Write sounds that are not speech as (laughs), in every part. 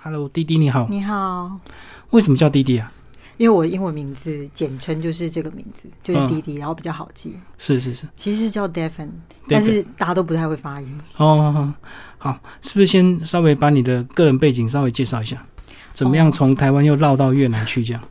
Hello，弟弟你好。你好，为什么叫弟弟啊？因为我英文名字简称就是这个名字，嗯就是滴滴，然后比较好记。是是是，其实是叫 Devon，但是大家都不太会发音。哦，好，是不是先稍微把你的个人背景稍微介绍一下？怎么样从台湾又绕到越南去这样？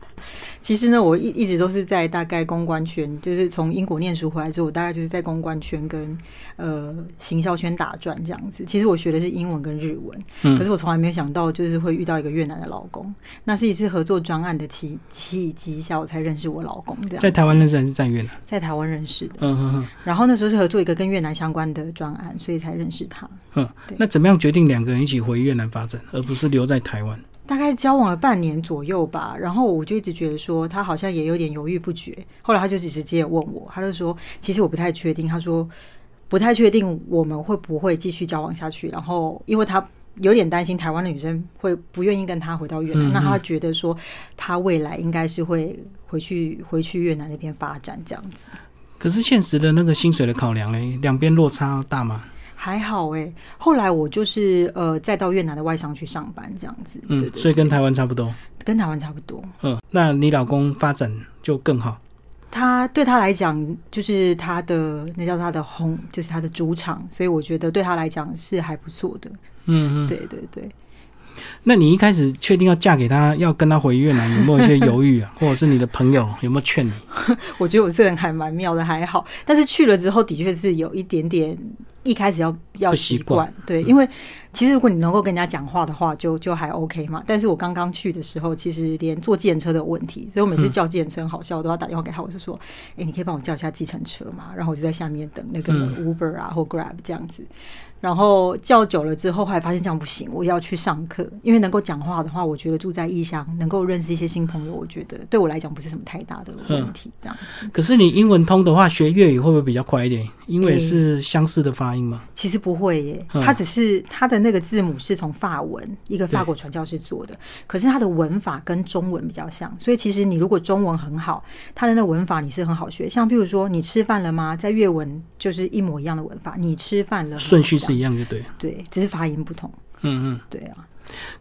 其实呢，我一一直都是在大概公关圈，就是从英国念书回来之后，我大概就是在公关圈跟呃行销圈打转这样子。其实我学的是英文跟日文，嗯可是我从来没有想到就是会遇到一个越南的老公。那是一次合作专案的契契机下，我才认识我老公这样，在台湾认识还是在越南？在台湾认识的。嗯嗯嗯然后那时候是合作一个跟越南相关的专案，所以才认识他。嗯。那怎么样决定两个人一起回越南发展，而不是留在台湾？大概交往了半年左右吧，然后我就一直觉得说他好像也有点犹豫不决。后来他就直接问我，他就说其实我不太确定，他说不太确定我们会不会继续交往下去。然后因为他有点担心台湾的女生会不愿意跟他回到越南，嗯嗯那他觉得说他未来应该是会回去回去越南那边发展这样子。可是现实的那个薪水的考量嘞，两边落差大吗？还好诶、后来我就是呃，再到越南的外商去上班这样子，嗯，对对所以跟台湾差不多。跟台湾差不多。嗯，那你老公发展就更好。他对他来讲，就是他的那叫他的 home，就是他的主场，所以我觉得对他来讲是还不错的。嗯嗯。对对对，那你一开始确定要嫁给他，要跟他回越南，有没有一些犹豫 (laughs) 啊？或者是你的朋友有没有劝你？我觉得我这个人还蛮妙的，还好。但是去了之后，的确是有一点点一开始要要不习习惯，对，因为其实如果你能够跟人家讲话的话，就就还 OK 嘛。但是我刚刚去的时候，其实连坐计程车的问题，所以我每次叫计程车很好笑，我都要打电话给他，我是说，哎、你可以帮我叫一下计程车嘛？然后我就在下面等那个嗯 Uber 啊或 Grab 这样子。然后叫久了之后，后来发现这样不行，我要去上课，因为能够讲话的话，我觉得住在异乡能够认识一些新朋友，我觉得对我来讲不是什么太大的问题。这样可是你英文通的话，学粤语会不会比较快一点？因为是相似的发音嘛。其实不会耶，嗯它只是它的那个字母是从法文一个法国传教士做的，可是它的文法跟中文比较像，所以其实你如果中文很好，它的那文法你是很好学。像譬如说你吃饭了吗，在粤文就是一模一样的文法，你吃饭了吗顺序是这样一样就对了。对，只是发音不同。嗯嗯。对啊，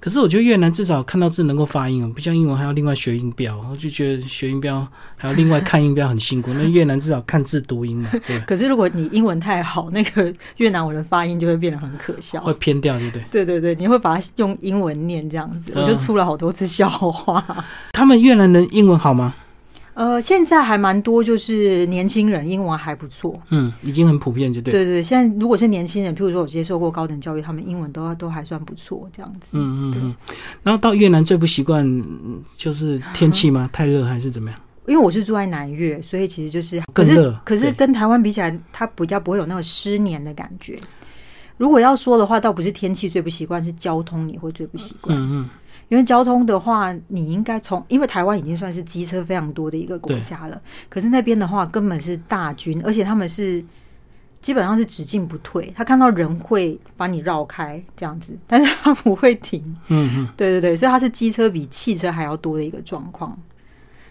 可是我觉得越南至少看到字能够发音啊，不像英文还要另外学音标，我就觉得学音标还要另外看音标很辛苦。那越南至少看字读 (laughs) 音嘛，对吧，可是如果你英文太好，那个越南文的发音就会变得很可笑。会偏掉，对不对？对对对，你会把它用英文念这样子，嗯我就出了好多次笑话。他们越南人英文好吗？呃，现在还蛮多，就是年轻人英文还不错。嗯，已经很普遍，就对。对对，现在如果是年轻人，譬如说我接受过高等教育，他们英文都都还算不错，这样子。嗯嗯嗯。然后到越南最不习惯嗯就是天气吗？ (laughs) 太热还是怎么样？因为我是住在南越，所以其实就是更可热是可是对跟台湾比起来，它比较不会有那种湿黏的感觉。如果要说的话，倒不是天气最不习惯，是交通你会最不习惯。嗯嗯。因为交通的话，你应该从因为台湾已经算是机车非常多的一个国家了，可是那边的话根本是大军，而且他们是基本上是只进不退，他看到人会把你绕开这样子，但是他不会停。嗯嗯，对对对，所以它是机车比汽车还要多的一个状况。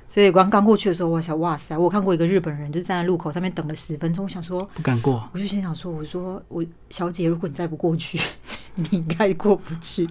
所以刚刚过去的时候，我想，哇塞，我看过一个日本人就站在路口上面等了十分钟，我想说，不敢过。我就心想说，我说我小姐，如果你再不过去， (laughs) 你应该过不去。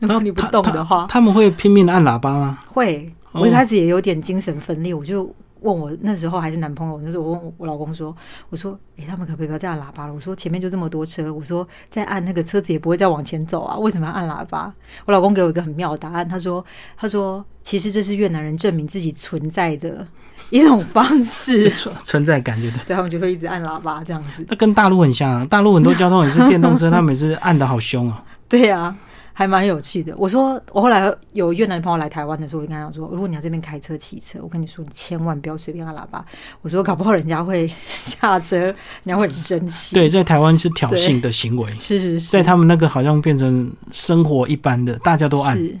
如果你不动的话，他们会拼命的按喇叭 (laughs) 吗？会。哦我一开始也有点精神分裂，我就问我那时候还是男朋友，那时候我问我我老公说，我说，诶、他们可不可以不要再按喇叭了？我说前面就这么多车，我说再按那个车子也不会再往前走啊，为什么要按喇叭？我老公给我一个很妙的答案，他说，他说其实这是越南人证明自己存在的一种方 (laughs) 式，存存在感觉的。对他们就会一直按喇叭这样子。那跟大陆很像啊，大陆很多交通也是电动车，他们也是按的好凶 (laughs) 啊。对啊，还蛮有趣的。我说，我后来有越南的朋友来台湾的时候，我就跟他讲说，如果你要这边开车、骑车，我跟你说，你千万不要随便按喇叭。我说，搞不好人家会下车，人家会很生气。，对，在台湾是挑衅的行为，是是是，在他们那个好像变成生活一般的，大家都按，是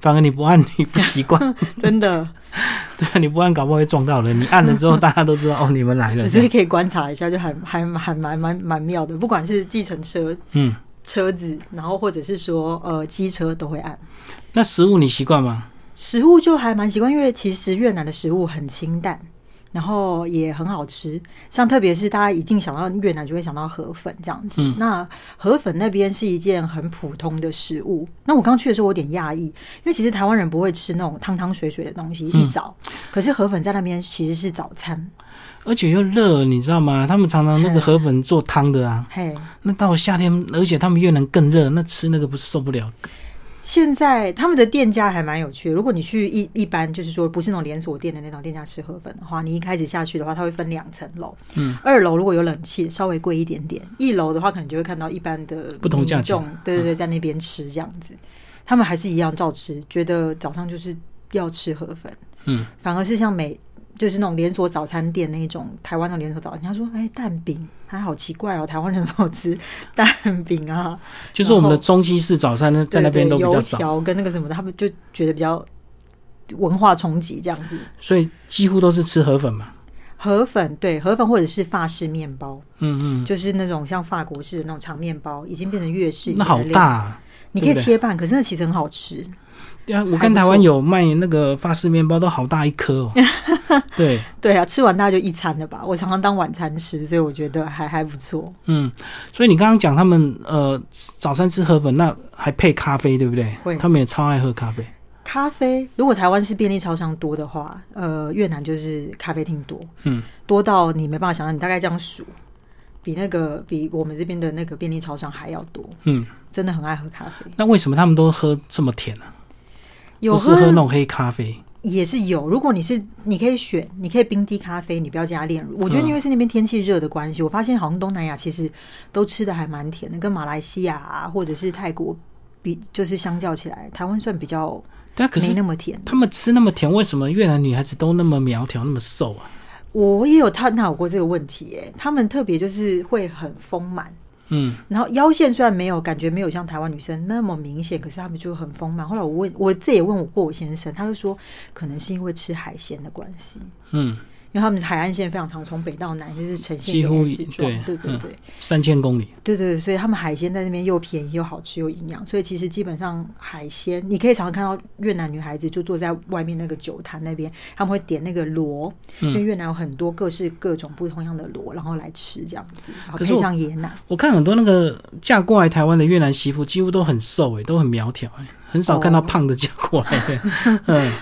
反而你不按你不习 (laughs) 惯，真的，对，啊你不按搞不好会撞到人，你按了之后大家都知道哦，你们来 (laughs) 了。所以可以观察一下，就还还还蛮蛮蛮妙的。不管是计程车、嗯，车子，然后或者是说呃机车都会按。那食物你习惯吗？食物就还蛮习惯，因为其实越南的食物很清淡，然后也很好吃。像特别是大家一定想到越南，就会想到河粉这样子。嗯那河粉那边是一件很普通的食物。那我刚去的时候，我有点讶异，因为其实台湾人不会吃那种汤汤水水的东西，一早。可是河粉在那边其实是早餐。而且又热，你知道吗？他们常常那个河粉做汤的啊，嘿，那到了夏天，而且他们越南更热，那吃那个不是受不了。现在他们的店家还蛮有趣的。如果你去一一般就是说不是那种连锁店的那种店家吃河粉的话，你一开始下去的话，它会分两层楼。嗯，二楼如果有冷气，稍微贵一点点；一楼的话，可能就会看到一般的不同价民钱众，对对对，在那边吃这样子。他们还是一样照吃，觉得早上就是要吃河粉。嗯，反而是像美。就是那种连锁早餐店那一种，台湾的连锁早餐，他说：“哎，蛋饼还好奇怪哦，台湾人好吃蛋饼啊，就是我们的中西式早餐呢，在那边都对比对较油少，条跟那个什么的，他们就觉得比较文化冲击这样子。所以几乎都是吃河粉嘛。河粉对河粉或者是法式面包，嗯就是那种像法国式的那种长面包，已经变成粤式。嗯，那好已经大、来了，啊。你可以对不对切半，可是那其实很好吃。对啊，我还看不台湾错有卖那个法式面包，都好大一颗 (laughs) 哦。对，对啊，吃完大概就一餐了吧。我常常当晚餐吃，所以我觉得还还不错。嗯，所以你刚刚讲他们呃早餐吃河粉，那还配咖啡，对不对会？他们也超爱喝咖啡。咖啡，如果台湾是便利超商多的话，呃，越南就是咖啡厅多，嗯，多到你没办法想象，你大概这样数，比那个比我们这边的那个便利超商还要多。嗯，真的很爱喝咖啡，那为什么他们都喝这么甜呢、啊？有不是喝那种黑咖啡。也是有。如果你是你可以选，你可以冰滴咖啡，你不要加炼嗯乳。我觉得因为是那边天气热的关系，我发现好像东南亚其实都吃的还蛮甜的，跟马来西亚、啊、或者是泰国比，就是相较起来，台湾算比较但啊可没是那么甜。他们吃那么甜，为什么越南女孩子都那么苗条、那么瘦啊？我也有探讨过这个问题、耶，他们特别就是会很丰满。嗯，然后腰线虽然没有感觉没有像台湾女生那么明显，可是她们就很丰满。后来我问我自己也问我过我先生，他就说可能是因为吃海鲜的关系，嗯，因为他们海岸线非常长，从北到南就是呈现几乎 S 状，对对对嗯对、三千公里。对对，所以他们海鲜在那边又便宜又好吃又营养，所以其实基本上海鲜你可以常常看到越南女孩子就坐在外面那个酒摊那边，他们会点那个螺，因嗯为越南有很多各式各种不同样的螺，然后来吃这样子，然后可是配我上椰奶。我看很多那个嫁过来台湾的越南媳妇，几乎都很瘦、欸，都很苗条、欸，很少看到哦胖的嫁过来的、嗯，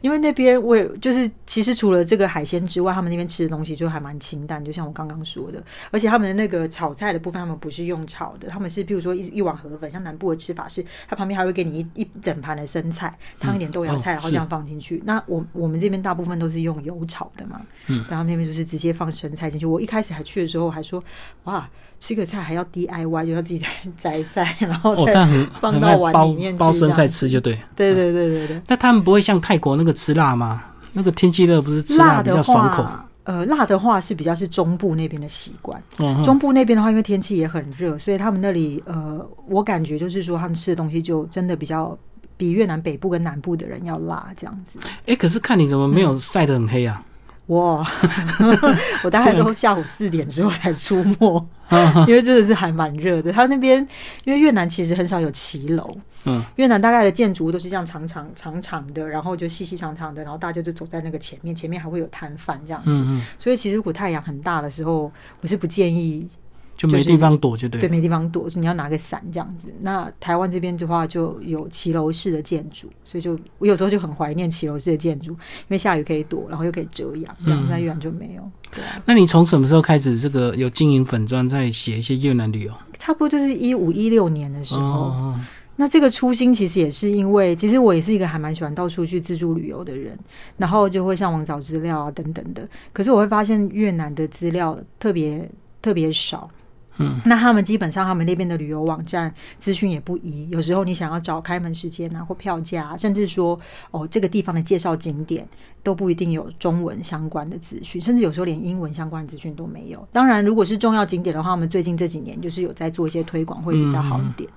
因为那边我也就是，其实除了这个海鲜之外，他们那边吃的东西就还蛮清淡，就像我刚刚说的。而且他们的那个炒菜的部分，他们不是用炒的，他们是譬如说一一碗河粉，像南部的吃法是，它旁边还会给你一一整盘的生菜，烫一点豆芽菜，哦然后这样放进去。那我我们这边大部分都是用油炒的嘛，嗯，然后那边就是直接放生菜进去。我一开始还去的时候我还说，哇，吃个菜还要 DIY，就要自己 (laughs) 摘菜，然后哦，再、但很放很到爱碗包里面去包生这菜样吃就对。对对对对对。那他们不会像泰国那个吃辣吗？那个天气热不是吃辣比的较爽口？话，呃，辣的话是比较是中部那边的习惯。嗯哼，中部那边的话，因为天气也很热，所以他们那里，呃，我感觉就是说他们吃的东西就真的比较比越南北部跟南部的人要辣这样子。哎、可是看你怎么没嗯有晒得很黑啊？哇， (laughs) 我大概都下午四点之后才出没， (laughs) 因为真的是还蛮热的。他那边因为越南其实很少有骑楼，嗯，越南大概的建筑物都是这样长长长长的，然后就细细长长的，然后大家就走在那个前面，前面还会有摊贩这样子。嗯嗯，所以其实如果太阳很大的时候，我是不建议就没就是地方躲就对。对没地方躲，你要拿个伞这样子。那台湾这边的话，就有骑楼式的建筑，所以就我有时候就很怀念骑楼式的建筑，因为下雨可以躲，然后又可以遮阳，这样嗯在越南就没有。对啊，那你从什么时候开始这个有经营粉砖，在写一些越南旅游？差不多就是一五一六年的时候。哦，那这个初心其实也是因为，其实我也是一个还蛮喜欢到处去自助旅游的人，然后就会上网找资料啊等等的。可是我会发现越南的资料特别特别少。嗯，那他们基本上他们那边的旅游网站资讯也不一，有时候你想要找开门时间啊或票价、啊，甚至说哦这个地方的介绍景点都不一定有中文相关的资讯，甚至有时候连英文相关的资讯都没有。当然，如果是重要景点的话，我们最近这几年就是有在做一些推广，会比较好一点。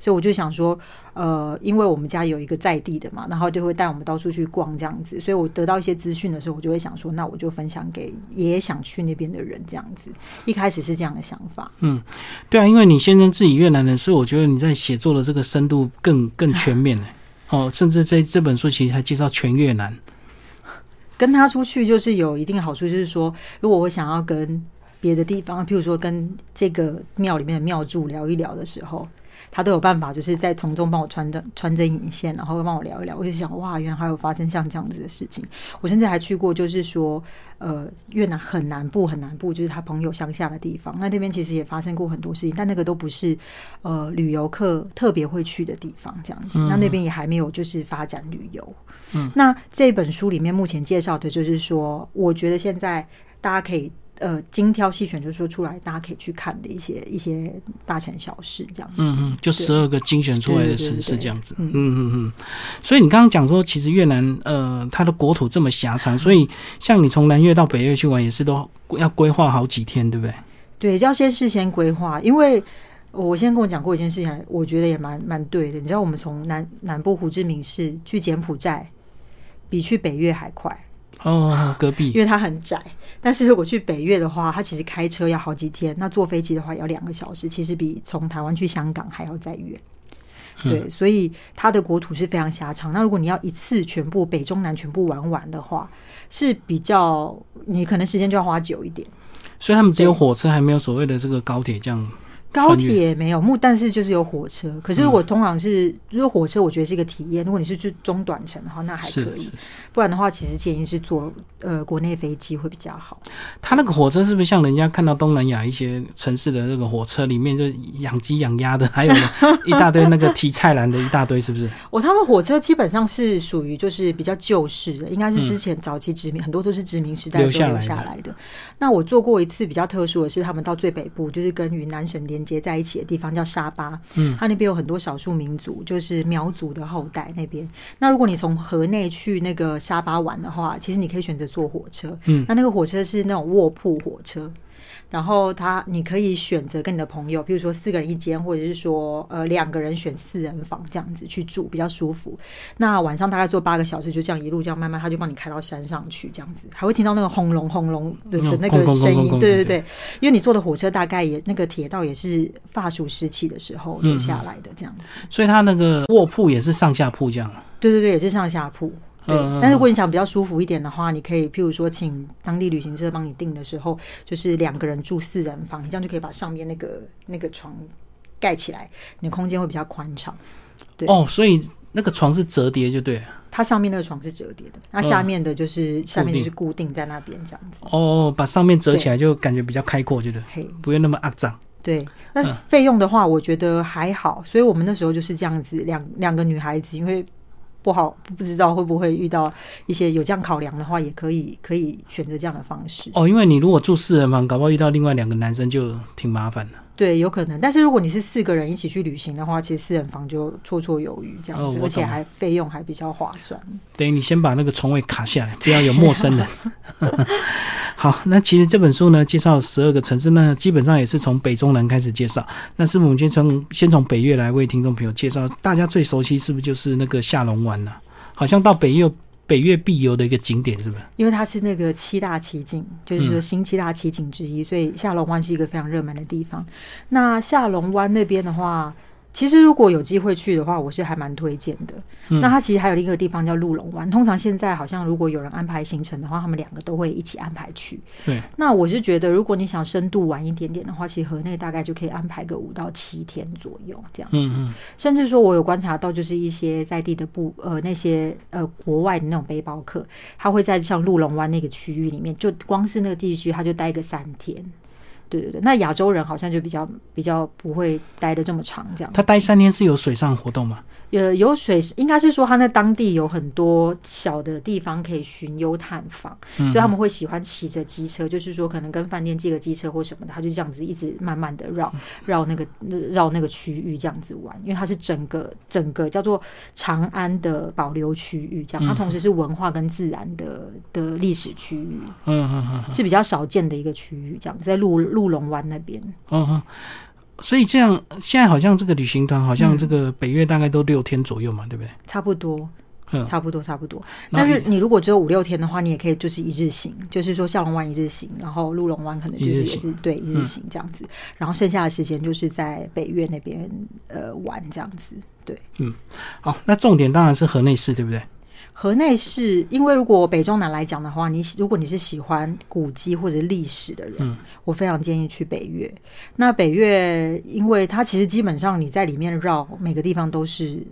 所以我就想说，呃，因为我们家有一个在地的嘛，然后就会带我们到处去逛这样子，所以我得到一些资讯的时候，我就会想说，那我就分享给也想去那边的人这样子。一开始是这样的想法，对啊，因为你先生自己越南人，所以我觉得你在写作的这个深度 (laughs) 更更全面了。哦，甚至这这本书其实还介绍全越南，跟他出去就是有一定好处，就是说，如果我想要跟别的地方，譬如说跟这个庙里面的庙祝聊一聊的时候，他都有办法，就是在从中帮我穿针穿针引线，然后会帮我聊一聊。我就想，哇，原来还有发生像这样子的事情。我甚至还去过，就是说，呃，越南很南部很南部，就是他朋友乡下的地方。那那边其实也发生过很多事情，但那个都不是呃旅游客特别会去的地方，这样子。那那边也还没有就是发展旅游。嗯，那这本书里面目前介绍的就是说，我觉得现在大家可以。呃，精挑细选，就是说出来大家可以去看的一些一些大城小事这样子。嗯嗯，就十二个精选出来的城市对对对对这样子。嗯嗯嗯嗯。所以你刚刚讲说，其实越南呃，它的国土这么狭嗯长，所以像你从南越到北越去玩，也是都要规划好几天，对不对？对，要先事先规划，因为我先跟我讲过一件事情，我觉得也蛮蛮对的。你知道，我们从南南部胡志明市去柬埔寨，比去北越还快，哦，隔因壁。为它很窄。但是如果去北越的话，它其实开车要好几天，那坐飞机的话要两个小时，其实比从台湾去香港还要再远。嗯对，所以它的国土是非常狭长。那如果你要一次全部北中南全部玩完的话，是比较你可能时间就要花久一点。所以他们只有火车，还没有所谓的这个高铁这样。高穿嗯铁没有木，但是就是有火车。可是如果通常是，如果火车我觉得是一个体验。如果你是去中短程的话，那还可是以；是。不然的话，其实建议是坐呃国内飞机会比较好。他那个火车是不是像人家看到东南亚一些城市的那个火车里面，就养鸡养鸭的，还有一大堆那个提菜篮的一大堆，是不是？我、他们火车基本上是属于就是比较旧式的，应该是之前早期殖民、很多都是殖民时嗯代留时候下留来下的来的。那我坐过一次比较特殊的是，他们到最北部，就是跟云南省连接在一起的地方叫沙巴，嗯，它那边有很多少数民族，就是苗族的后代那边。那如果你从河内去那个沙巴玩的话，其实你可以选择坐火车，嗯，那那个火车是那种卧铺火车。然后它，你可以选择跟你的朋友，比如说四个人一间，或者是说呃两个人选四人房这样子去住，比较舒服。那晚上大概坐八个小时，就这样一路这样慢慢，他就帮你开到山上去，这样子还会听到那个轰隆轰隆的的那个嗯轰轰轰声音轰，轰对对对对，因为你坐的火车大概也那个铁道也是法属时期的时候嗯留下来的这样子，所以他那个卧铺也是上下铺这样。对对对，也是上下铺。对嗯嗯，但是如果你想比较舒服一点的话，你可以譬如说请当地旅行社帮你订的时候，就是两个人住四人房，你这样就可以把上面那个那个床盖起来，你的空间会比较宽敞。对哦，所以那个床是折叠就对了。它上面那个床是折叠的，那嗯下面的就是、下面就是固定在那边这样子。哦，把上面折起来就感觉比较开阔，觉得嘿，不会那么肮脏。对，那嗯费用的话，我觉得还好，所以我们那时候就是这样子，两两个女孩子，因为不好不知道会不会遇到一些有这样考量的话，也可以可以选择这样的方式。哦，因为你如果住四人房，搞不好遇到另外两个男生就挺麻烦的。对，有可能。但是如果你是四个人一起去旅行的话，其实四人房就绰绰有余这样哦子，我而且懂还费用还比较划算。等于你先把那个床位卡下来，不要有陌 (laughs) 生人。好，那其实这本书呢，介绍十二个城市，那基本上也是从北中南开始介绍。那是不是我们先从先从北越来为听众朋友介绍，大家最熟悉是不是就是那个下龙湾呢、好像到北越北越必游的一个景点，是不是？因为它是那个七大奇景，就嗯是说新七大奇景之一，所以下龙湾是一个非常热门的地方。那下龙湾那边的话，其实如果有机会去的话，我是还蛮推荐的。嗯那它其实还有另一个地方叫鹿龙湾，通常现在好像如果有人安排行程的话，他们两个都会一起安排去。对，那我是觉得，如果你想深度玩一点点的话，其实河内大概就可以安排个五到七天左右这样子。嗯嗯，甚至说，我有观察到，就是一些在地的不呃那些呃国外的那种背包客，他会在像鹿龙湾那个区域里面，就光是那个地区，他就待个三天。对对对，那亚洲人好像就比较比较不会待的这么长，这样。他待三天是有水上活动嘛？呃，有水应该是说他那当地有很多小的地方可以巡游探访，嗯所以他们会喜欢骑着机车，就是说可能跟饭店借个机车或什么的，他就这样子一直慢慢的嗯绕绕那个绕那个区域这样子玩，因为它是整个整个叫做长安的保留区域，这样嗯它同时是文化跟自然的的历史区域，嗯嗯嗯是比较少见的一个区域，这样在鹿鹿龙湾那边。嗯嗯。所以这样，现在好像这个旅行团，好嗯像这个北越大概都六天左右嘛，对不对？差不多嗯，差不多，差不多。那但是你如果只有五六天的话，你也可以就是一日行，就是说下龙湾一日行，然后鹿龙湾可能就是一也日行啊嗯是对一日行这样子，然后剩下的时间就是在北越那边呃玩这样子。对，好，那重点当然是河内市，对不对？河内是因为如果北中南来讲的话，你喜如果你是喜欢古迹或者历史的人，嗯我非常建议去北岳。那北岳，因为它其实基本上你在里面绕，每个地方都是。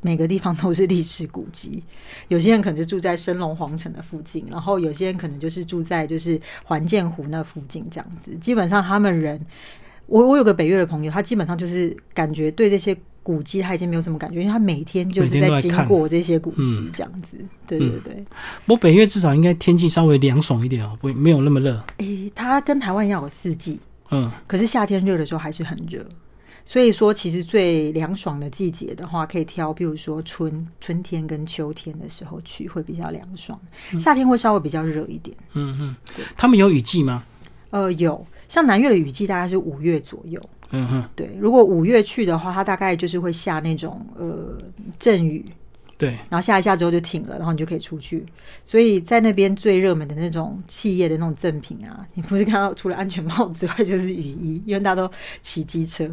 每个地方都是历史古迹， (laughs) 有些人可能就住在升龙皇城的附近，然后有些人可能就是住在就是环建湖那附近这样子。基本上他们人，我我有个北岳的朋友，他基本上就是感觉对这些古迹他已经没有什么感觉，因为他每天就是每天都在在经看过这些古迹嗯这样子。对对对，不过北岳至少应该天气稍微凉爽一点哦，不没有那么热。诶、它跟台湾一样有四季，嗯，可是夏天热的时候还是很热。所以说，其实最凉爽的季节的话，可以挑，比如说春春天跟秋天的时候去，会比较凉爽。夏天会稍微比较热一点。嗯他们有雨季吗？呃，有像南越的雨季大概是五月左右。嗯哼，对，如果五月去的话，它大概就是会下那种呃阵雨，对，然后下一下之后就停了，然后你就可以出去。所以在那边最热门的那种企业的那种赠品啊，你不是看到除了安全帽之外就是雨衣，因为大家都骑机车，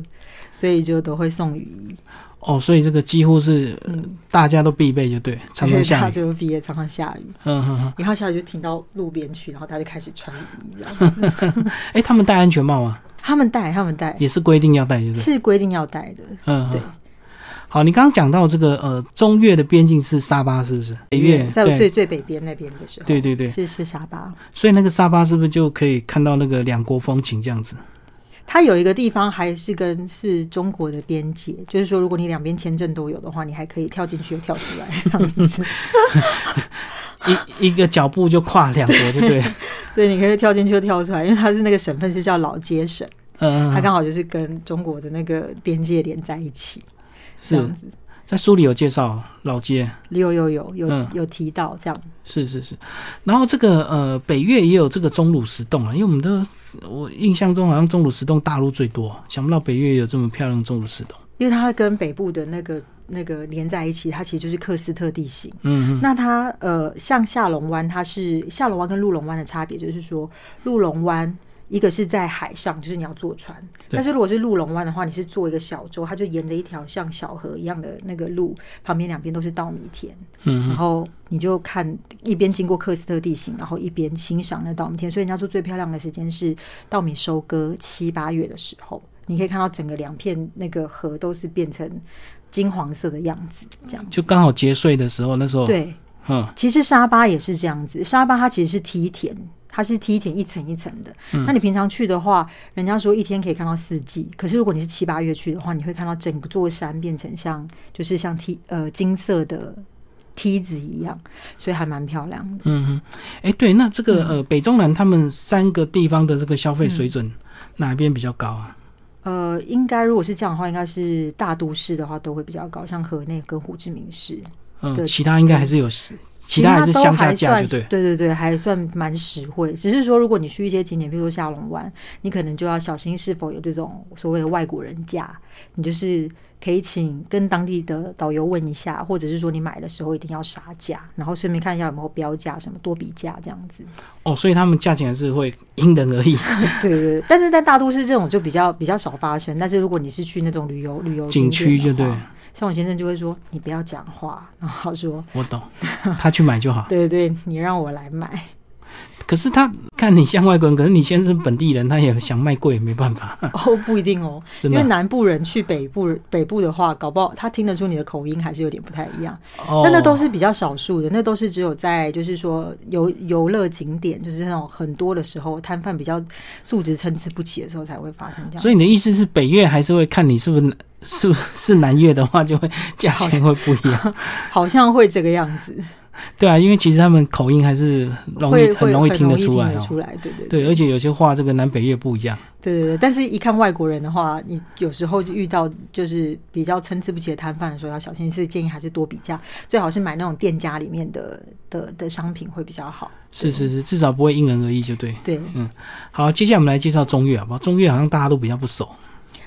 所以就都会送雨衣。哦，所以这个几乎是、呃嗯大家都必备，就对，常常所以大下家雨。就毕业常常下雨，嗯哼哼，然后下雨就停到路边去，然后大家就开始穿雨衣这样。 (laughs) 哎、他们戴安全帽吗？他们戴，他们戴也是规定要戴，对不对？是规定要戴的，嗯，对嗯。好，你刚刚讲到这个呃，中越的边境是沙巴，是不是？北越在对最最北边那边的时候，对对对，是是沙巴。所以那个沙巴是不是就可以看到那个两国风情这样子？它有一个地方还是跟是中国的边界，就是说，如果你两边签证都有的话，你还可以跳进去又跳出来 (laughs) 这样子。一一个脚步就跨两国，对不对？ (laughs) 对，你可以跳进去又跳出来，因为它是那个省份是叫老街省，嗯，它嗯嗯刚好就是跟中国的那个边界连在一起。这是样子，在书里有介绍老街，有有有有嗯有提到这样。是是是。然后这个呃，北越也有这个钟乳石洞啊，因为我们的我印象中好像钟乳石洞大陆最多，想不到北越也有这么漂亮的钟乳石洞。因为它跟北部的那个那个连在一起，它其实就是克斯特地形。嗯嗯那它呃，像下龙湾，它是下龙湾跟鹿龙湾的差别，就是说鹿龙湾一个是在海上，就是你要坐船；对但是如果是鹿龙湾的话，你是坐一个小舟，它就沿着一条像小河一样的那个路，旁边两边都是稻米田，嗯然嗯，后你就看一边经过克斯特地形，然后一边欣赏那稻米田。所以人家说最漂亮的时间是稻米收割七八月的时候，你可以看到整个两片那个河都是变成金黄色的样子，这样。就刚好结税的时候，那时候，嗯对，嗯其实沙巴也是这样子，沙巴它其实是梯田，它是梯田一层一层的。那你平常去的话，人家说一天可以看到四季，可是如果你是七八月去的话，你会看到整座山变成像就是像梯呃金色的梯子一样，所以还蛮漂亮的。嗯嗯，哎，对，那这个嗯呃，北中南他们三个地方的这个消费水准，哪边比较高啊？呃，应该如果是这样的话，应该是大都市的话都会比较高，像河内跟胡志明市，嗯，对其他应该还是有，其他还是都乡下还价，算就对了。对对对，还算蛮实惠。只是说，如果你去一些景点，比如说下龙湾，你可能就要小心是否有这种所谓的外国人价。你就是可以请跟当地的导游问一下，或者是说你买的时候一定要杀价，然后顺便看一下有没有标价什么多比价这样子。 (laughs) 哦，所以他们价钱还是会因人而异。对对对，但是在大都市这种就比较比较少发生。但是如果你是去那种旅游 (laughs) 旅游景区点的就话对像我先生就会说你不要讲话，然后他说我懂，他去买就好。对对对，你让我来买。 (laughs) 可是他看你像外国人，可是你先是本地人，他也想卖贵，没办法， (laughs) 哦，不一定哦，真因为的。南部人去北部北部的话，搞不好他听得出你的口音还是有点不太一样。哦但那都是比较少数的，那都是只有在就是说游游乐景点，就是那种很多的时候，摊贩比较素质参差不齐的时候才会发生这样。所以你的意思是北越还是会看你是不是 (laughs) 是不是南越的话，就会价钱会不一 (laughs) 样，好像会这个样子，对啊，因为其实他们口音还是容易会会容易听听得出来得哦。出来，对对对，而且有些话这个南北越不一样。对对对。但是，一看外国人的话，你有时候遇到就是比较参差不齐的摊贩的时候，要小心。是建议还是多比价，最好是买那种店家里面的的的商品会比较好。是是是，至少不会因人而异，就对。对，好，接下来我们来介绍中越好不好？中越好像大家都比较不熟。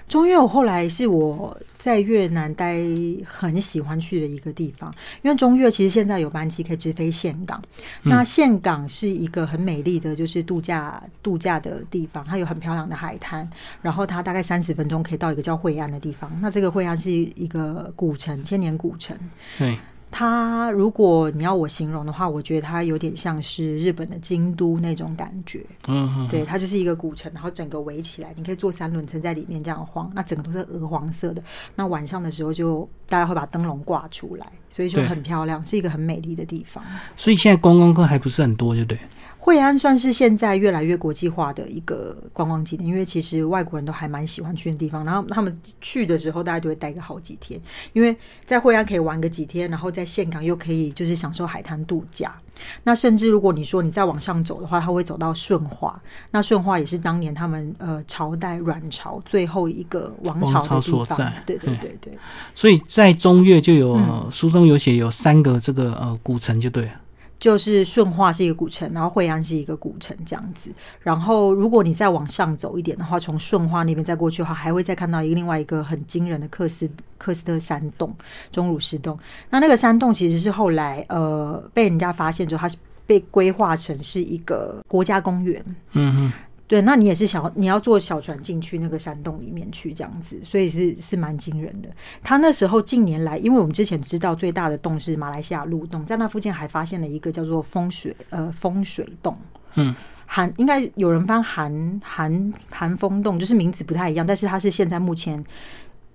中越，我后来是我在越南待很喜欢去的一个地方，因为中越其实现在有班机可以直飞岘港，那岘港是一个很美丽的，就是度假度假的地方，它有很漂亮的海滩，然后它大概三十分钟可以到一个叫惠安的地方，那这个惠安是一个古城，千年古城，对，它如果你要我形容的话，我觉得它有点像是日本的京都那种感觉。嗯嗯，对，它就是一个古城，然后整个围起来，你可以坐三轮车在里面这样晃，那整个都是鹅黄色的。那晚上的时候就大家会把灯笼挂出来，所以就对很漂亮，是一个很美丽的地方。所以现在观光客还不是很多，就对。惠安啊算是现在越来越国际化的一个观光景点，因为其实外国人都还蛮喜欢去的地方。然后他们去的时候，大家就会待个好几天，因为在惠安可以玩个几天，然后在岘港又可以就是享受海滩度假。那甚至如果你说你再往上走的话，它会走到顺化。那顺化也是当年他们呃朝代阮朝最后一个王朝王朝的地所方在。对对对对。所以在中越就有、嗯书中有写有三个这个呃古城，就对了。就是顺化是一个古城，然后惠安是一个古城这样子。然后如果你再往上走一点的话，从顺化那边再过去的话，还会再看到一个另外一个很惊人的克斯克斯特山洞——钟乳石洞。那那个山洞其实是后来呃被人家发现之后，它是被规划成是一个国家公园。嗯嗯，对，那你也是小，你要坐小船进去那个山洞里面去这样子，所以是是蛮惊人的。他那时候近年来，因为我们之前知道最大的洞是马来西亚鹿洞，在那附近还发现了一个叫做风水呃风水洞，嗯，韩应该有人翻韩韩韩风洞，就是名字不太一样，但是它是现在目前。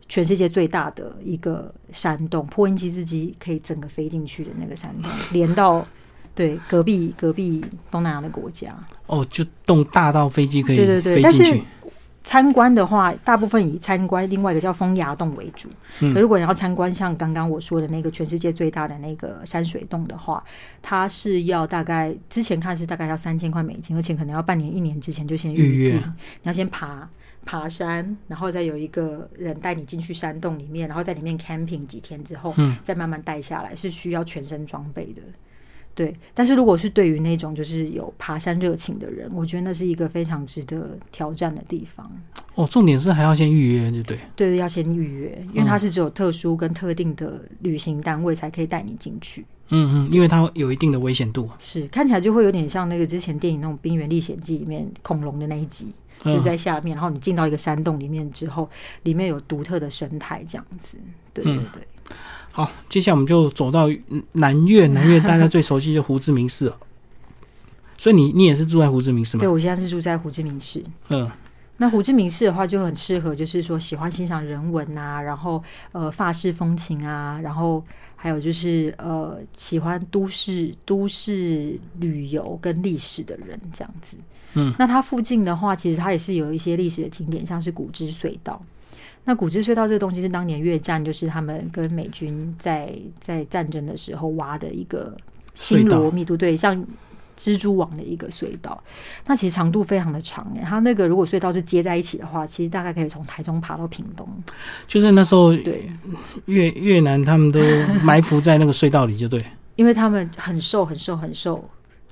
全世界最大的一个山洞，破音机自己可以整个飞进去的那个山洞，连到对隔壁隔壁东南亚的国家。哦，就洞大到飞机可以对对对飞但进是去。参观的话，大部分以参观另外一个叫风崖洞为主。嗯可如果你要参观像刚刚我说的那个全世界最大的那个山水洞的话，它是要大概之前看是大概要三千块美金，而且可能要半年一年之前就先预约定，你要先爬。爬山，然后再有一个人带你进去山洞里面，然后在里面 camping 几天之后，嗯再慢慢带下来，是需要全身装备的。对，但是如果是对于那种就是有爬山热情的人，我觉得那是一个非常值得挑战的地方。哦，重点是还要先预约，就对。对，要先预约，因为它嗯是只有特殊跟特定的旅行单位才可以带你进去。嗯嗯，因为它有一定的危险度。是，看起来就会有点像那个之前电影那种《冰原历险记》里面恐龙的那一集，就是嗯在下面，然后你进到一个山洞里面之后，里面有独特的生态这样子。对对嗯对，好，接下来我们就走到嗯南 (laughs) 越，南越大家最熟悉就胡志明市了。所以你你也是住在胡志明市吗对？我现在是住在胡志明市。嗯，那胡志明市的话就很适合，就是说喜欢欣赏人文啊，然后呃法式风情啊，然后还有就是呃喜欢都市都市旅游跟历史的人这样子。嗯，那它附近的话，其实它也是有一些历史的景点，像是古芝隧道。那古芝隧道这个东西是当年越战，就是他们跟美军在在战争的时候挖的一个隧新道罗密度，对，像蜘蛛网的一个隧道。那其实长度非常的长诶、它那个如果隧道是接在一起的话，其实大概可以从台中爬到屏东。就是那时候对，越越南他们都埋伏在那个隧道里，就 (laughs) 对。因为他们很瘦，很瘦，很瘦。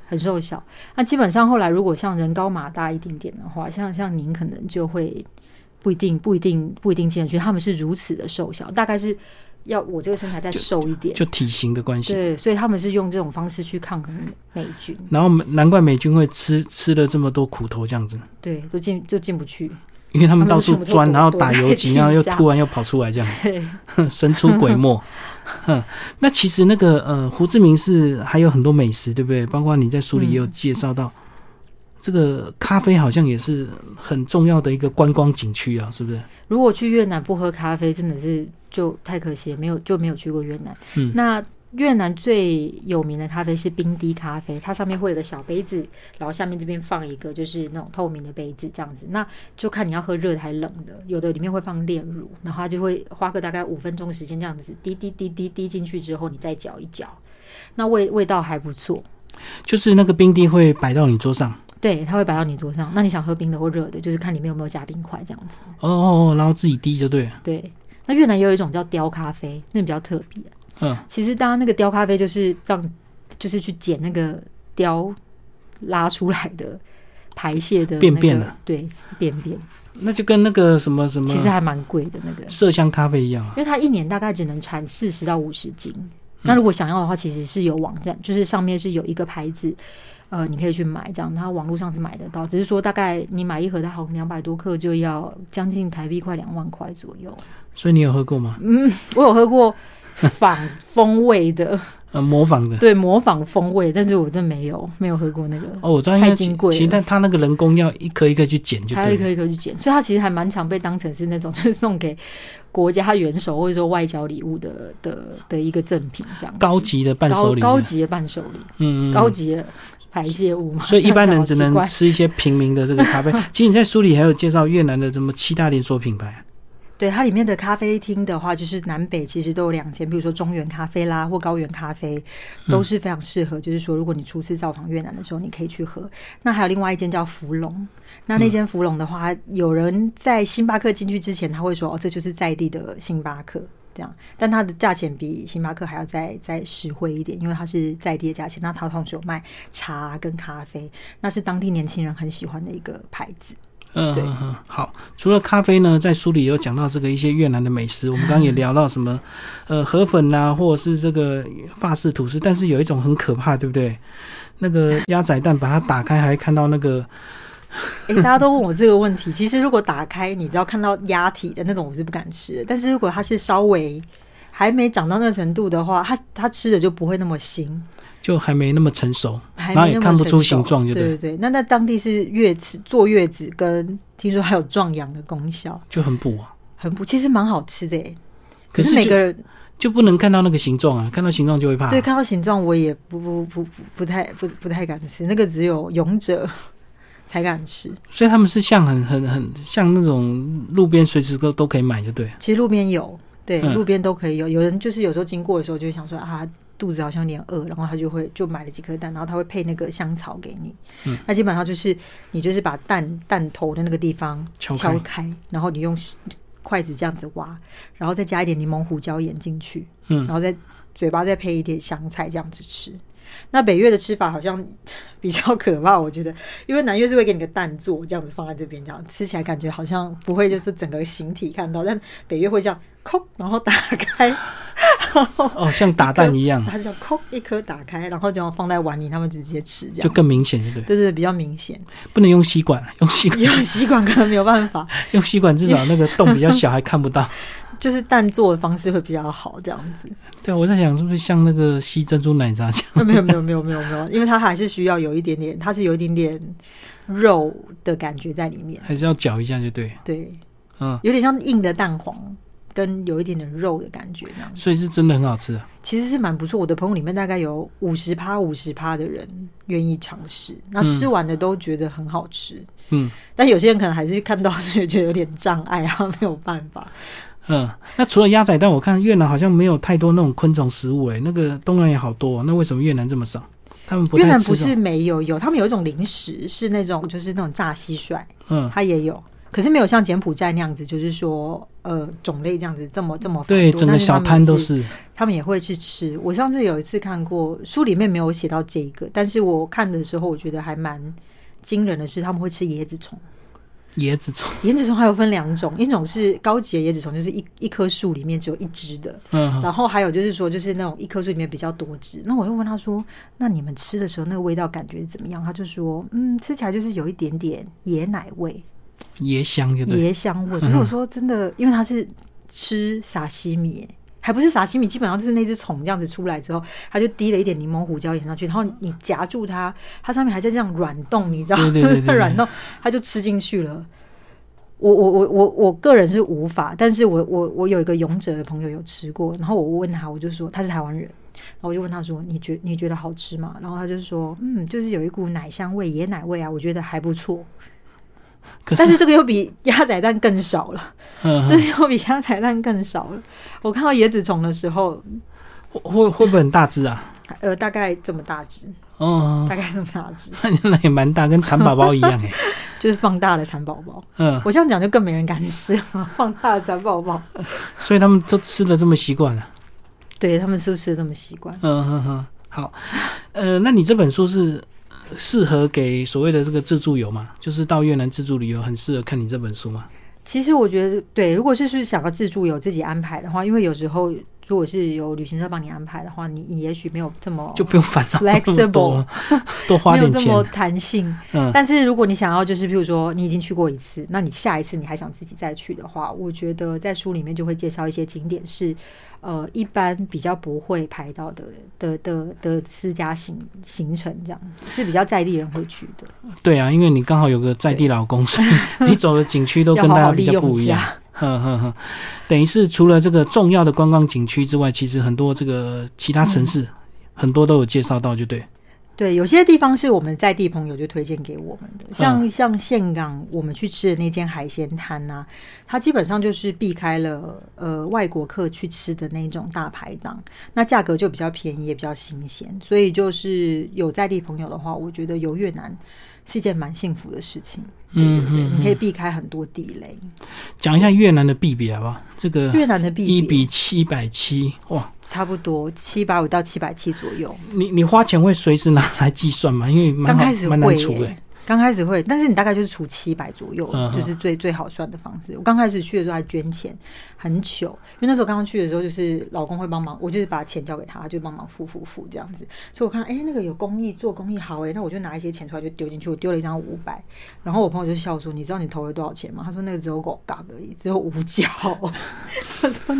很瘦小，那基本上后来如果像人高马大一点点的话，像像您可能就会不一定不一定不一定进得去，他们是如此的瘦小，大概是要我这个身材再瘦一点，就体型的关系。对，所以他们是用这种方式去抗衡美军，然后美难怪美军会吃吃了这么多苦头这样子，对，就进就进不去，因为他们他到们是处钻， (laughs) 全部都然后打游击，躲在地然后又下突然又跑出来这样子 (laughs) 对，哼 (laughs) 神出鬼没。哼，那其实那个呃，胡志明市还有很多美食，对不对？包括你在书里也有嗯介绍到，这个咖啡好像也是很重要的一个观光景区啊，是不是？如果去越南不喝咖啡，真的是就太可惜，没有就没有去过越南。嗯那越南最有名的咖啡是冰滴咖啡，它上面会有个小杯子，然后下面这边放一个就是那种透明的杯子这样子。那就看你要喝热的还是冷的，有的里面会放炼乳，然后它就会花个大概五分钟时间这样子滴滴滴滴滴进去之后，你再搅一搅，那味味道还不错。就是那个冰滴会摆到你桌上，对，它会摆到你桌上。那你想喝冰的或热的，就是看里面有没有加冰块这样子。哦哦哦，然后自己滴就对了。对，那越南也有一种叫雕咖啡，那比较特别。嗯，其实大家那个雕咖啡就是让，就是去捡那个雕拉出来的排泄的、那个、便便啊对，便便，那就跟那个什么什么其实还蛮贵的那个，因麝香咖啡一样啊。为它一年大概只能产四十到五十斤。嗯那如果想要的话，其实是有网站，就是上面是有一个牌子，呃，你可以去买，这样它网络上是买得到，只是说大概你买一盒，它好像两百多克就要将近台币快两万块左右。所以你有喝过吗？嗯，我有喝过仿风味的， (laughs) 呃，模仿的。对，模仿风味，但是我真没有没有喝过那个，哦，我知道，因为太其金贵了其实但它那个人工要一颗一颗去剪就还对有一了。颗一颗去捡，所以它其实还蛮常被当成是那种 (laughs) 就是送给国家元首或者说外交礼物的的的一个赠品这样。高级的伴手礼，啊高高，级的伴手礼，嗯，嗯嗯高级的排泄物嘛，所以一般人只 (laughs) 好奇能怪吃一些平民的这个咖啡。其实你在书里还有介绍越南的什么七大连锁品牌啊，对它里面的咖啡厅的话，就是南北其实都有两间，比如说中原咖啡啦或高原咖啡，都是非常适合。就是说，如果你初次造访越南的时候，你可以去喝。那还有另外一间叫福隆，那那间福隆的话，有人在星巴克进去之前，他会说哦，这就是在地的星巴克。这样，但它的价钱比星巴克还要再再实惠一点，因为它是在地的价钱。那它同时有卖茶跟咖啡，那是当地年轻人很喜欢的一个牌子。嗯对嗯嗯，好。除了咖啡呢，在书里有讲到这个一些越南的美食， (laughs) 我们刚刚也聊到什么，呃，河粉呐、或者是这个法式吐司，但是有一种很可怕，对不对？那 (laughs) 个鸭仔蛋把它打开，还看到那个，诶，大家都问我这个问题。 (laughs) 其实如果打开，你只要看到鸭体的那种，我是不敢吃的。但是如果它是稍微还没长到那个程度的话，它它吃的就不会那么腥，就还没那么成熟，还然后也没那么看不出成熟形状就对对对对。那在当地是月子坐月子跟听说还有壮阳的功效，就很补啊。很不，其实蛮好吃的耶。可是是每个就人就不能看到那个形状啊，看到形状就会怕、对看到形状，我也不不不不不太不不太敢吃，那个只有勇者 (laughs) 才敢吃。所以他们是像很很很像那种路边随时都都可以买，就对了。其实路边有，对，嗯路边都可以有。有人就是有时候经过的时候，就会想说啊，肚子好像有点饿，然后他就会就买了几颗蛋，然后他会配那个香草给你。嗯，那基本上就是你就是把蛋蛋头的那个地方敲开敲开，然后你用筷子这样子挖，然后再加一点柠檬胡椒盐进去，嗯然后再嘴巴再配一点香菜这样子吃。那北越的吃法好像比较可怕，我觉得，因为南越是会给你个蛋做，这样子放在这边，这样吃起来感觉好像不会就是整个形体看到，但北越会这样扣，然后打开，然后哦，像打蛋一样，它 (laughs) 就这样扣一颗打开，然后就放在碗里，他们直接吃这就样。更明显，对不对？对对，对比较明显，不能用吸管，用吸管用吸管可能没有办法， (laughs) 用吸管至少那个洞比较小，还看不到。就是蛋做的方式会比较好，这样子。 (laughs) 对，啊我在想是不是像那个吸珍珠奶茶这样？ (laughs) 没有没有没有没有没有，因为它还是需要有一点点，它是有一点点肉的感觉在里面，还是要搅一下就对，对，嗯，有点像硬的蛋黄，跟有一点点肉的感觉那样子，所以是真的很好吃、啊。其实是蛮不错。我的朋友里面大概有五十趴五十趴的人愿意尝试，那吃完的都觉得很好吃，嗯但有些人可能还是看到所以觉得有点障碍啊，没有办法。嗯，那除了鸭仔蛋，我看越南好像没有太多那种昆虫食物、欸，那个东南亚好多、哦，那为什么越南这么少？他们不越太南吃不这是种，没有有，他们有一种零食是那种就是那种炸蟋蟀。嗯，它也有，可是没有像柬埔寨那样子，就是说呃种类这样子这么这么繁对，多整个但是小他们摊都是，是，他们也会去吃。我上次有一次看过书里面没有写到这一个，但是我看的时候我觉得还蛮。惊人的是，他们会吃椰子虫。椰子虫，椰子虫还有分两种，一种是高级的椰子虫，就是一一棵树里面只有一只的，嗯，然后还有就是说，就是那种一棵树里面比较多汁。那我又问他说：“那你们吃的时候，那个味道感觉怎么样？”他就说：“嗯，吃起来就是有一点点椰奶味。”椰香就对，嗯椰香味。可是我说真的，因为它是吃沙西米耶，还不是沙西米，基本上就是那只虫这样子出来之后，它就滴了一点柠檬胡椒盐上去，然后你夹住它，它上面还在这样软动，你知道对对对对对软动，它就吃进 (laughs) 去了。我我我我我个人是无法，但是我我我有一个勇者的朋友有吃过，然后我问他，我就说他是台湾人，然后我就问他说你觉你觉得好吃吗？然后他就说嗯，就是有一股奶香味、椰奶味啊，我觉得还不错。可但是，是这个又比鸭仔蛋更少了，嗯，这又比鸭仔蛋更少了。我看到椰子虫的时候，会会不会很大只啊？呃，大概这么大只，哦， (laughs) 大概这么大只，那也蛮大，跟蚕宝宝一样哎、就是放大的蚕宝宝。嗯，我这样讲就更没人敢吃了， (laughs) 放大的蚕宝宝。所以他们都吃的这么习惯了。啊对他们是不是这么习惯？嗯哼哼，好，呃，那你这本书是呃适合给所谓的这个自助游吗？就是到越南自助旅游很适合看你这本书吗？其实我觉得，对，如果是是想要自助有自己安排的话，因为有时候如果是有旅行社帮你安排的话，你你也许没有这么就不用烦恼那么 flexible，多，多花没有点这钱么。弹性。嗯，但是如果你想要，就是譬如说你已经去过一次，那你下一次你还想自己再去的话，我觉得在书里面就会介绍一些景点是，呃，一般比较不会排到的的的的私家行行程，这样子是比较在地人会去的，对啊，因为你刚好有个在地老公，所以你走的景区都要跟大好家好比利较用不一一样。下。哼哼哼，等于是除了这个重要的观光景区之外，其实很多这个其他城市、很多都有介绍到，就对。对，有些地方是我们在地朋友就推荐给我们的，像、嗯像岘港，我们去吃的那间海鲜摊呐、它基本上就是避开了呃外国客去吃的那种大排档，那价格就比较便宜，也比较新鲜，所以就是有在地朋友的话，我觉得游越南是一件蛮幸福的事情，嗯对嗯，你可以嗯避开很多地雷。讲一下越南的币别好不好？这个越南的一币别比七百七，哇！差不多七百五到七百七左右，你你花钱会随时拿来计算吗？因为蛮刚好开始蛮会、难除的、耶，刚开始会，但是你大概就是除七百左右，嗯哼就是最最好算的方式。我刚开始去的时候还捐钱，很糗，因为那时候刚刚去的时候，就是老公会帮忙，我就是把钱交给他，他就帮忙付付付这样子。所以我看，哎、那个有公益做公益好哎、那我就拿一些钱出来就丢进去，我丢了一张五百，然后我朋友就笑说：“你知道你投了多少钱吗？”他说：“那个只有狗嘎而已，只有五 (laughs) 角。”他说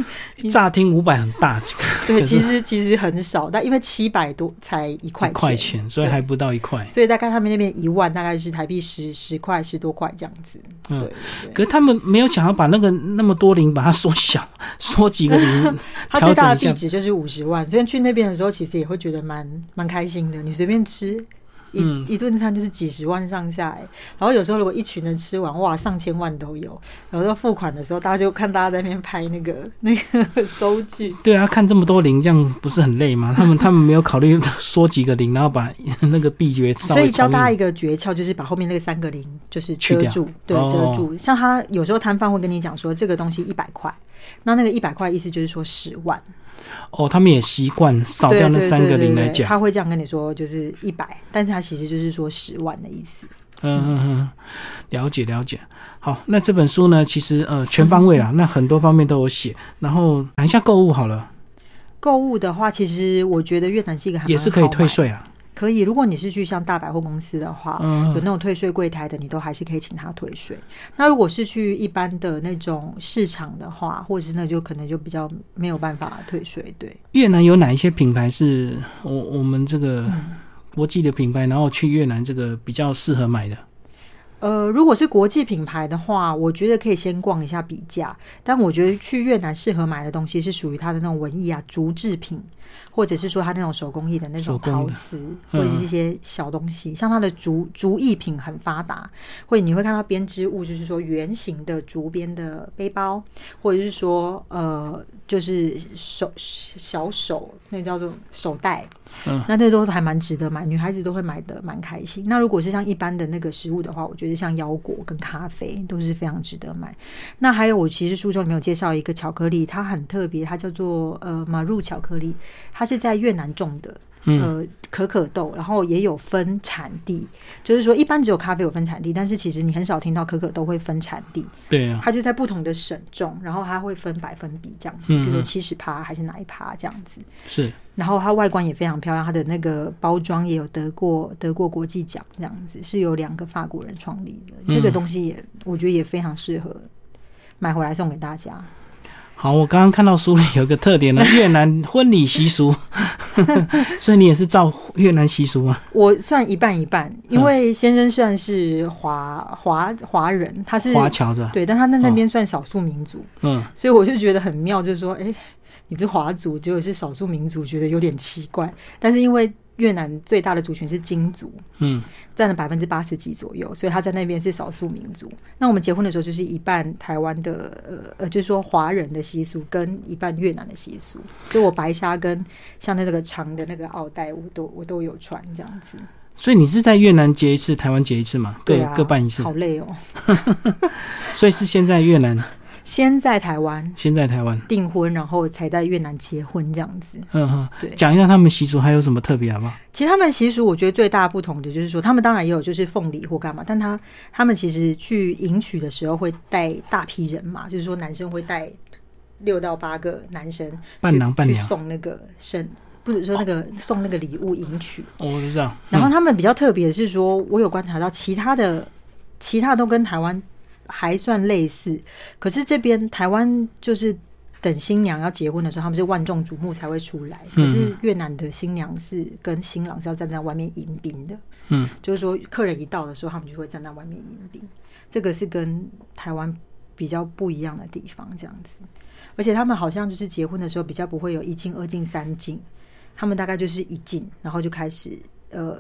乍听五百很大，这个：“ (laughs) 对，可是其实其实很少，但因为七百多才一块一块钱，所以还不到一块。所以大概他们那边一万大概是台币十十块十多块这样子。嗯对对，对可是他们没有想要把那个那么多零把它缩小， (laughs) 缩几个 (laughs) 零。它最大调整的一下币值就是五十万，所以去那边的时候其实也会觉得蛮蛮开心的。你随便吃一、嗯一顿餐就是几十万上下、欸，然后有时候如果一群人吃完，哇，上千万都有。有时候付款的时候，大家就看大家在那边拍那个那个收据。对啊，看这么多零，这样不是很累 (laughs) 吗？他们他们没有考虑缩几个零，然后把那个币值稍所微以教重大家一一个诀窍，就是把后面那个三个零就是去遮掉住，对，哦遮住。像他有时候摊贩会跟你讲说，这个东西一百块，那那个一百块意思就是说十万。哦，他们也习惯少对掉那对三对个对零来对讲。他会这样跟你说，就是一百，但是他其实就是说十万的意思。嗯嗯嗯，了解了解。好，那这本书呢，其实呃全方位啦，那很多方面都有写。然后谈一下购物好了，购物的话，其实我觉得越南是一个还蛮也是可以好买退，税啊。可以。如果你是去像大百货公司的话，有嗯，那种退税柜台的，你都还是可以请他退税。那如果是去一般的那种市场的话，或者是那就可能就比较没有办法退税。对，越南有哪一些品牌是我我们这个国际的品牌，然后去越南这个比较适合买的？呃，如果是国际品牌的话，我觉得可以先逛一下比价。但我觉得去越南适合买的东西是属于它的那种文艺啊、竹制品，或者是说它那种手工艺的那手种工陶的瓷，或嗯者是一些小东西。像它的竹竹艺品很发达，或者你会看到编织物，就是说圆形的竹编的背包，或者是说呃，就是手小手那叫做手袋，嗯那那都还蛮值得买，女孩子都会买的蛮开心。那如果是像一般的那个食物的话，我觉得像腰果跟咖啡都是非常值得买。那还有我其实书中里面有介绍一个巧克力，它很特别，它叫做呃马入巧克力，它是在越南种的，嗯，呃可可豆，然后也有分产地，就是说一般只有咖啡有分产地，但是其实你很少听到可可豆会分产地，对啊，它就在不同的省种，然后它会分百分比这样子，嗯比如说嗯七十趴还是哪一趴这样子。是。然后它外观也非常漂亮，它的那个包装也有得过得过国际奖，这样子是由两个法国人创立的。嗯这个东西也我觉得也非常适合买回来送给大家。嗯好，我刚刚看到书里有一个特点呢，越南婚礼习俗，所以你也是照越南习俗吗？我算一半一半，因为先生算是华华华人，他是华侨是吧？对，但他在那边算少数民族，嗯，所以我就觉得很妙，就是说，哎，你不是华族，结果是少数民族，觉得有点奇怪。但是因为越南最大的族群是金族，嗯，占了百分之八十几左右，所以他在那边是少数民族。那我们结婚的时候就是一半台湾的呃呃，就是说华人的习俗跟一半越南的习俗，就我白纱跟像那个长的那个奥带，我都我都有穿这样子。所以你是在越南结一次，台湾结一次嘛，各、对啊，各办一次好，累哦。所以是先在越 (laughs) 南，先在台湾先在台湾。订婚，然后才在越南结婚这样子。嗯哼，对讲一下他们习俗还有什么特别好啊不好？其实他们习俗，我觉得最大不同的就是说，他们当然也有就是凤梨或干嘛，但他他们其实去迎娶的时候会带大批人嘛，就是说男生会带六到八个男生去伴郎伴娘去送那个生，不是说那个、送那个礼物迎娶。我是这样。然后嗯他们比较特别的是说，我有观察到其他的，其他都跟台湾还算类似，可是这边台湾就是等新娘要结婚的时候，他们是万众瞩目才会出来，嗯可是越南的新娘是跟新郎是要站在外面迎宾的，嗯，就是说客人一到的时候，他们就会站在外面迎宾，这个是跟台湾比较不一样的地方，这样子。而且他们好像就是结婚的时候比较不会有一进、二进、三进，他们大概就是一进，然后就开始呃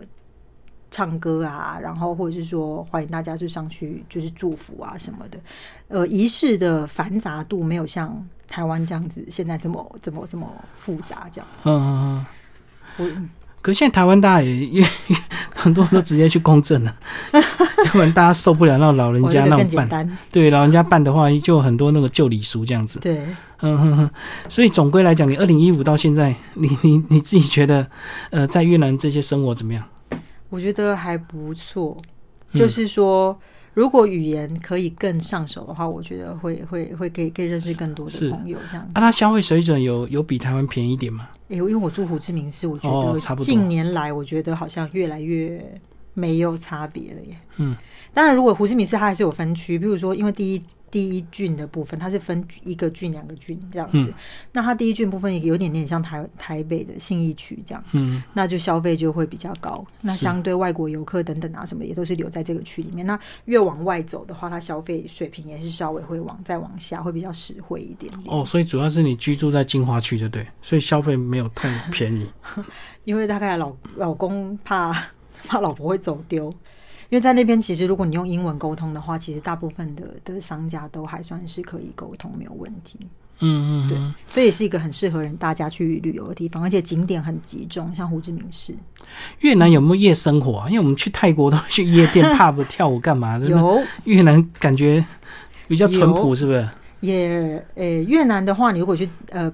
唱歌啊，然后或者是说欢迎大家就上去就是祝福啊什么的。呃，仪式的繁杂度没有像台湾这样子现在这么这么这么复杂这样。嗯嗯嗯。我可是现在台湾大家也也 (laughs) 很多人都直接去公证 (laughs) 了，要不然大家受不了那老人我觉家得那更种简办。单，对，老人家办的话，就有很多那个旧礼俗这样子。对。嗯哼哼，所以总归来讲，你二零一五到现在，你你你自己觉得，呃，在越南这些生活怎么样？我觉得还不错，嗯就是说，如果语言可以更上手的话，我觉得会会会可以可以认识更多是的朋友这样。啊，它消费水准有有比台湾便宜一点吗？诶因为我住胡志明市，我觉哦得差不多近年来我觉得好像越来越没有差别了耶。嗯，当然，如果胡志明市它还是有分区，比如说因为第一。第一郡的部分，它是分一个郡、两个郡这样子。嗯那它第一郡部分也有点点像台台北的信义区这样。嗯那就消费就会比较高。那是相对外国游客等等啊，什么也都是留在这个区里面。那越往外走的话，它消费水平也是稍微会往再往下，会比较实惠一点点。哦，所以主要是你居住在金华区，就对，所以消费没有太便宜。因为大概老老公怕怕老婆会走丢。因为在那边，其实如果你用英文沟通的话，其实大部分的的商家都还算是可以沟通，没有问题。嗯嗯，对嗯，所以是一个很适合人大家去旅游的地方，而且景点很集中，像胡志明市越南有没有夜生活啊？因为我们去泰国都会去夜店、pub 跳舞干嘛的？那有越南感觉比较淳朴，是不是？也呃，越南的话，你如果去呃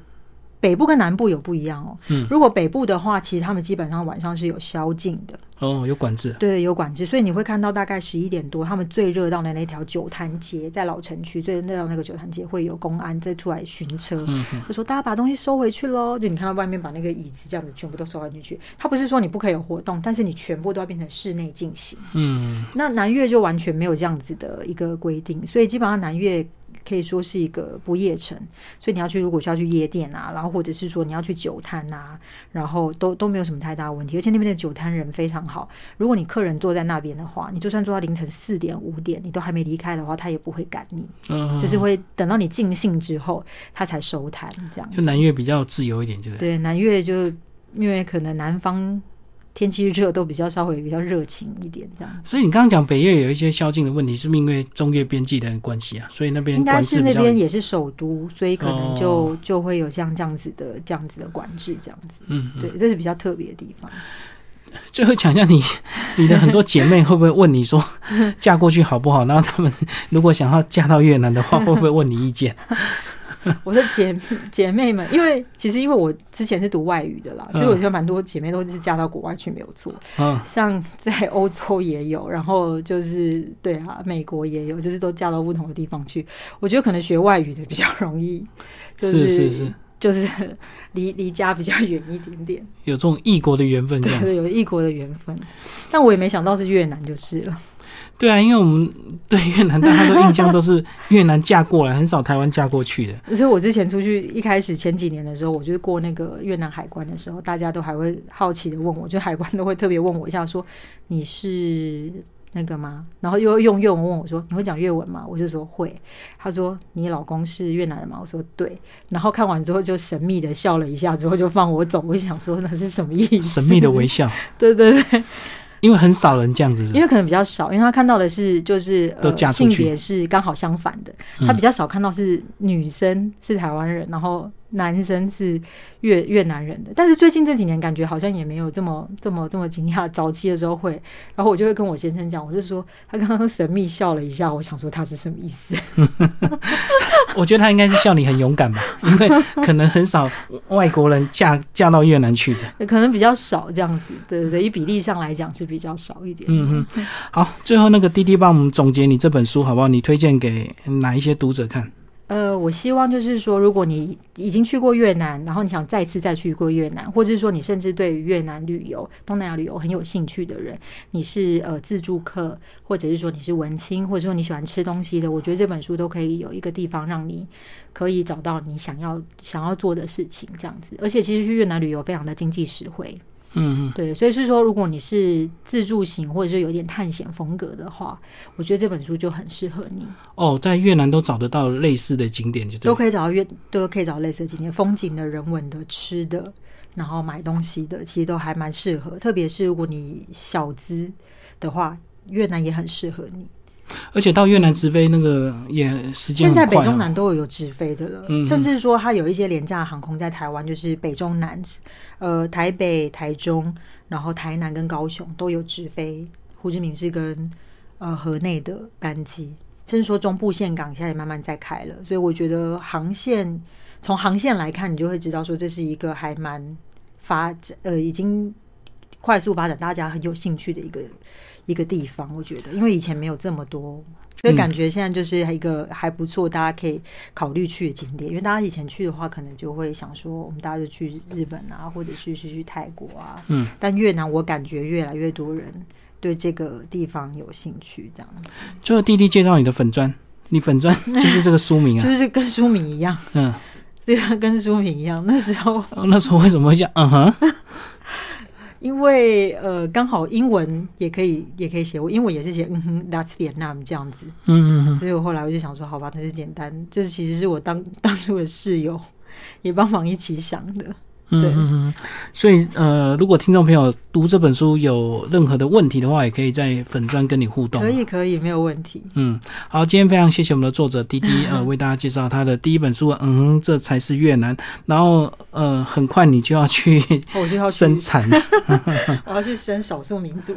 北部跟南部有不一样哦。嗯如果北部的话，其实他们基本上晚上是有宵禁的，哦，有管制。对，有管制，所以你会看到大概十一点多，他们最热闹的那条九滩街，在老城区最热闹那个九滩街会有公安在出来巡车。嗯嗯就说大家把东西收回去喽，就你看到外面把那个椅子这样子全部都收回进去。他不是说你不可以有活动，但是你全部都要变成室内进行。嗯，那南越就完全没有这样子的一个规定，所以基本上南越可以说是一个不夜城。所以你要去，如果是要去夜店啊，然后或者是说你要去酒摊啊，然后都都没有什么太大问题。而且那边的酒摊人非常好，如果你客人坐在那边的话，你就算坐到凌晨四点五点，你都还没离开的话，他也不会赶你，嗯就是会等到你尽兴之后，他才收摊这样就子。南越比较自由一点，就是对，南越就因为可能南方天气热，都比较稍微比较热情一点这样子。所以你刚刚讲北越有一些宵禁的问题，是不是因为中越边际的关系啊？所以那边应该管制是比那较边也是首都，所以可能就、哦就会有像这样子的这样子的管制，这样子。嗯，嗯对，这是比较特别的地方。 (laughs) 最后讲一下你你的很多姐妹会不会问你说嫁过去好不好？然后她们如果想要嫁到越南的话，会不会问你意见？我的姐姐妹们，因为其实因为我之前是读外语的啦，所以我嗯觉得蛮多姐妹都是嫁到国外去没有错，嗯，像在欧洲也有，然后就是对啊，美国也有，就是都嫁到不同的地方去。我觉得可能学外语的比较容易，就是是是是，就是离离家比较远一点点。有这种异国的缘分这样。 (laughs) 对，有异国的缘分，但我也没想到是越南就是了。 (laughs) (laughs) 对啊，因为我们对越南大家都印象都是越南嫁过来，很少台湾嫁过去的。所以我之前出去一开始前几年的时候，我就是过那个越南海关的时候，大家都还会好奇的问我，就海关都会特别问我一下说你是。那个吗？然后又用越文问我说：“你会讲越文吗？”我就说会。他说：“你老公是越南人吗？”我说：“对。”然后看完之后就神秘的笑了一下，之后就放我走。我就想说那是什么意思？神秘的微笑， (laughs) 对对对，因为很少人这样子。因为可能比较少，因为他看到的是就是嗯都嫁呃出性去别是刚好相反的，嗯他比较少看到是女生是台湾人，然后男生是越越南人的。但是最近这几年感觉好像也没有这么这么这么惊讶，早期的时候会，然后我就会跟我先生讲，我就说他刚刚神秘笑了一下，我想说他是什么意思？ (laughs) 我觉得他应该是笑你很勇敢吧，因为可能很少外国人嫁嫁到越南去的。可能比较少这样子，对对对，以比例上来讲是比较少一点。嗯嗯，好，最后那个滴滴帮我们总结你这本书好不好？你推荐给哪一些读者看？呃，呃，我希望就是说，如果你已经去过越南，然后你想再次再去过越南，或者是说你甚至对于越南旅游、东南亚旅游很有兴趣的人，你是呃自助客，或者是说你是文青，或者说你喜欢吃东西的，我觉得这本书都可以有一个地方让你可以找到你想要想要做的事情，这样子。而且其实去越南旅游非常的经济实惠，嗯嗯，对，所以是说，如果你是自助型或者是有点探险风格的话，我觉得这本书就很适合你。哦，在越南都找得到类似的景点，就对都了。可以找到越都可以找到类似的景点，风景的、人文的、吃的，然后买东西的，其实都还蛮适合。特别是如果你小资的话，越南也很适合你。而且到越南直飞那个也时间现在很北快、中啊。南都有直飞的了，嗯甚至说它有一些廉价航空在台湾，就是北中南，呃，台北、台中，然后台南跟高雄都有直飞胡志明市跟呃河内的班机，甚至说中部线港现在也慢慢在开了，所以我觉得航线从航线来看，你就会知道说这是一个还蛮发展呃已经快速发展，大家很有兴趣的一个一个地方，我觉得，因为以前没有这么多，所以感觉现在就是一个还不错，大家可以考虑去的景点。因为大家以前去的话，可能就会想说，我们大家就去日本啊，或者是去去泰国啊，嗯，但越南我感觉越来越多人对这个地方有兴趣，这样子最后弟弟介绍你的粉砖，你粉 (laughs) 砖就是这个书名啊就。是跟书名一样，嗯，对啊，跟书名一样。那时候哦那时候为什么会想嗯哼？因为呃，刚好英文也可以也可以写，我英文也是写嗯哼，That's Vietnam 这样子。嗯嗯所以我后来我就想说，好吧，那就简单。这其实是我当 (laughs) 当初的室友也帮忙一起想的。嗯对嗯嗯嗯。所以呃，如果听众朋友读这本书有任何的问题的话，也可以在粉砖跟你互动。可以，可以，没有问题。嗯，好，今天非常谢谢我们的作者滴滴， (laughs) 呃，为大家介绍他的第一本书，嗯，这才是越南。然后，呃，很快你就要去哦我就 (laughs) 要去，生产，我要去生少数民族，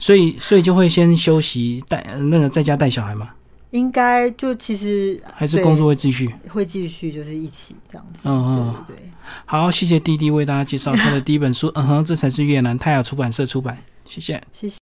所以，所以就会先休息带呃那个在家带小孩嘛，应该就其实还是工作会继续？会继续就是一起这样子。嗯嗯，对对对，好，谢谢滴滴为大家介绍他的第一本书，嗯哼，这才是越南泰雅出版社出版，谢谢。谢谢。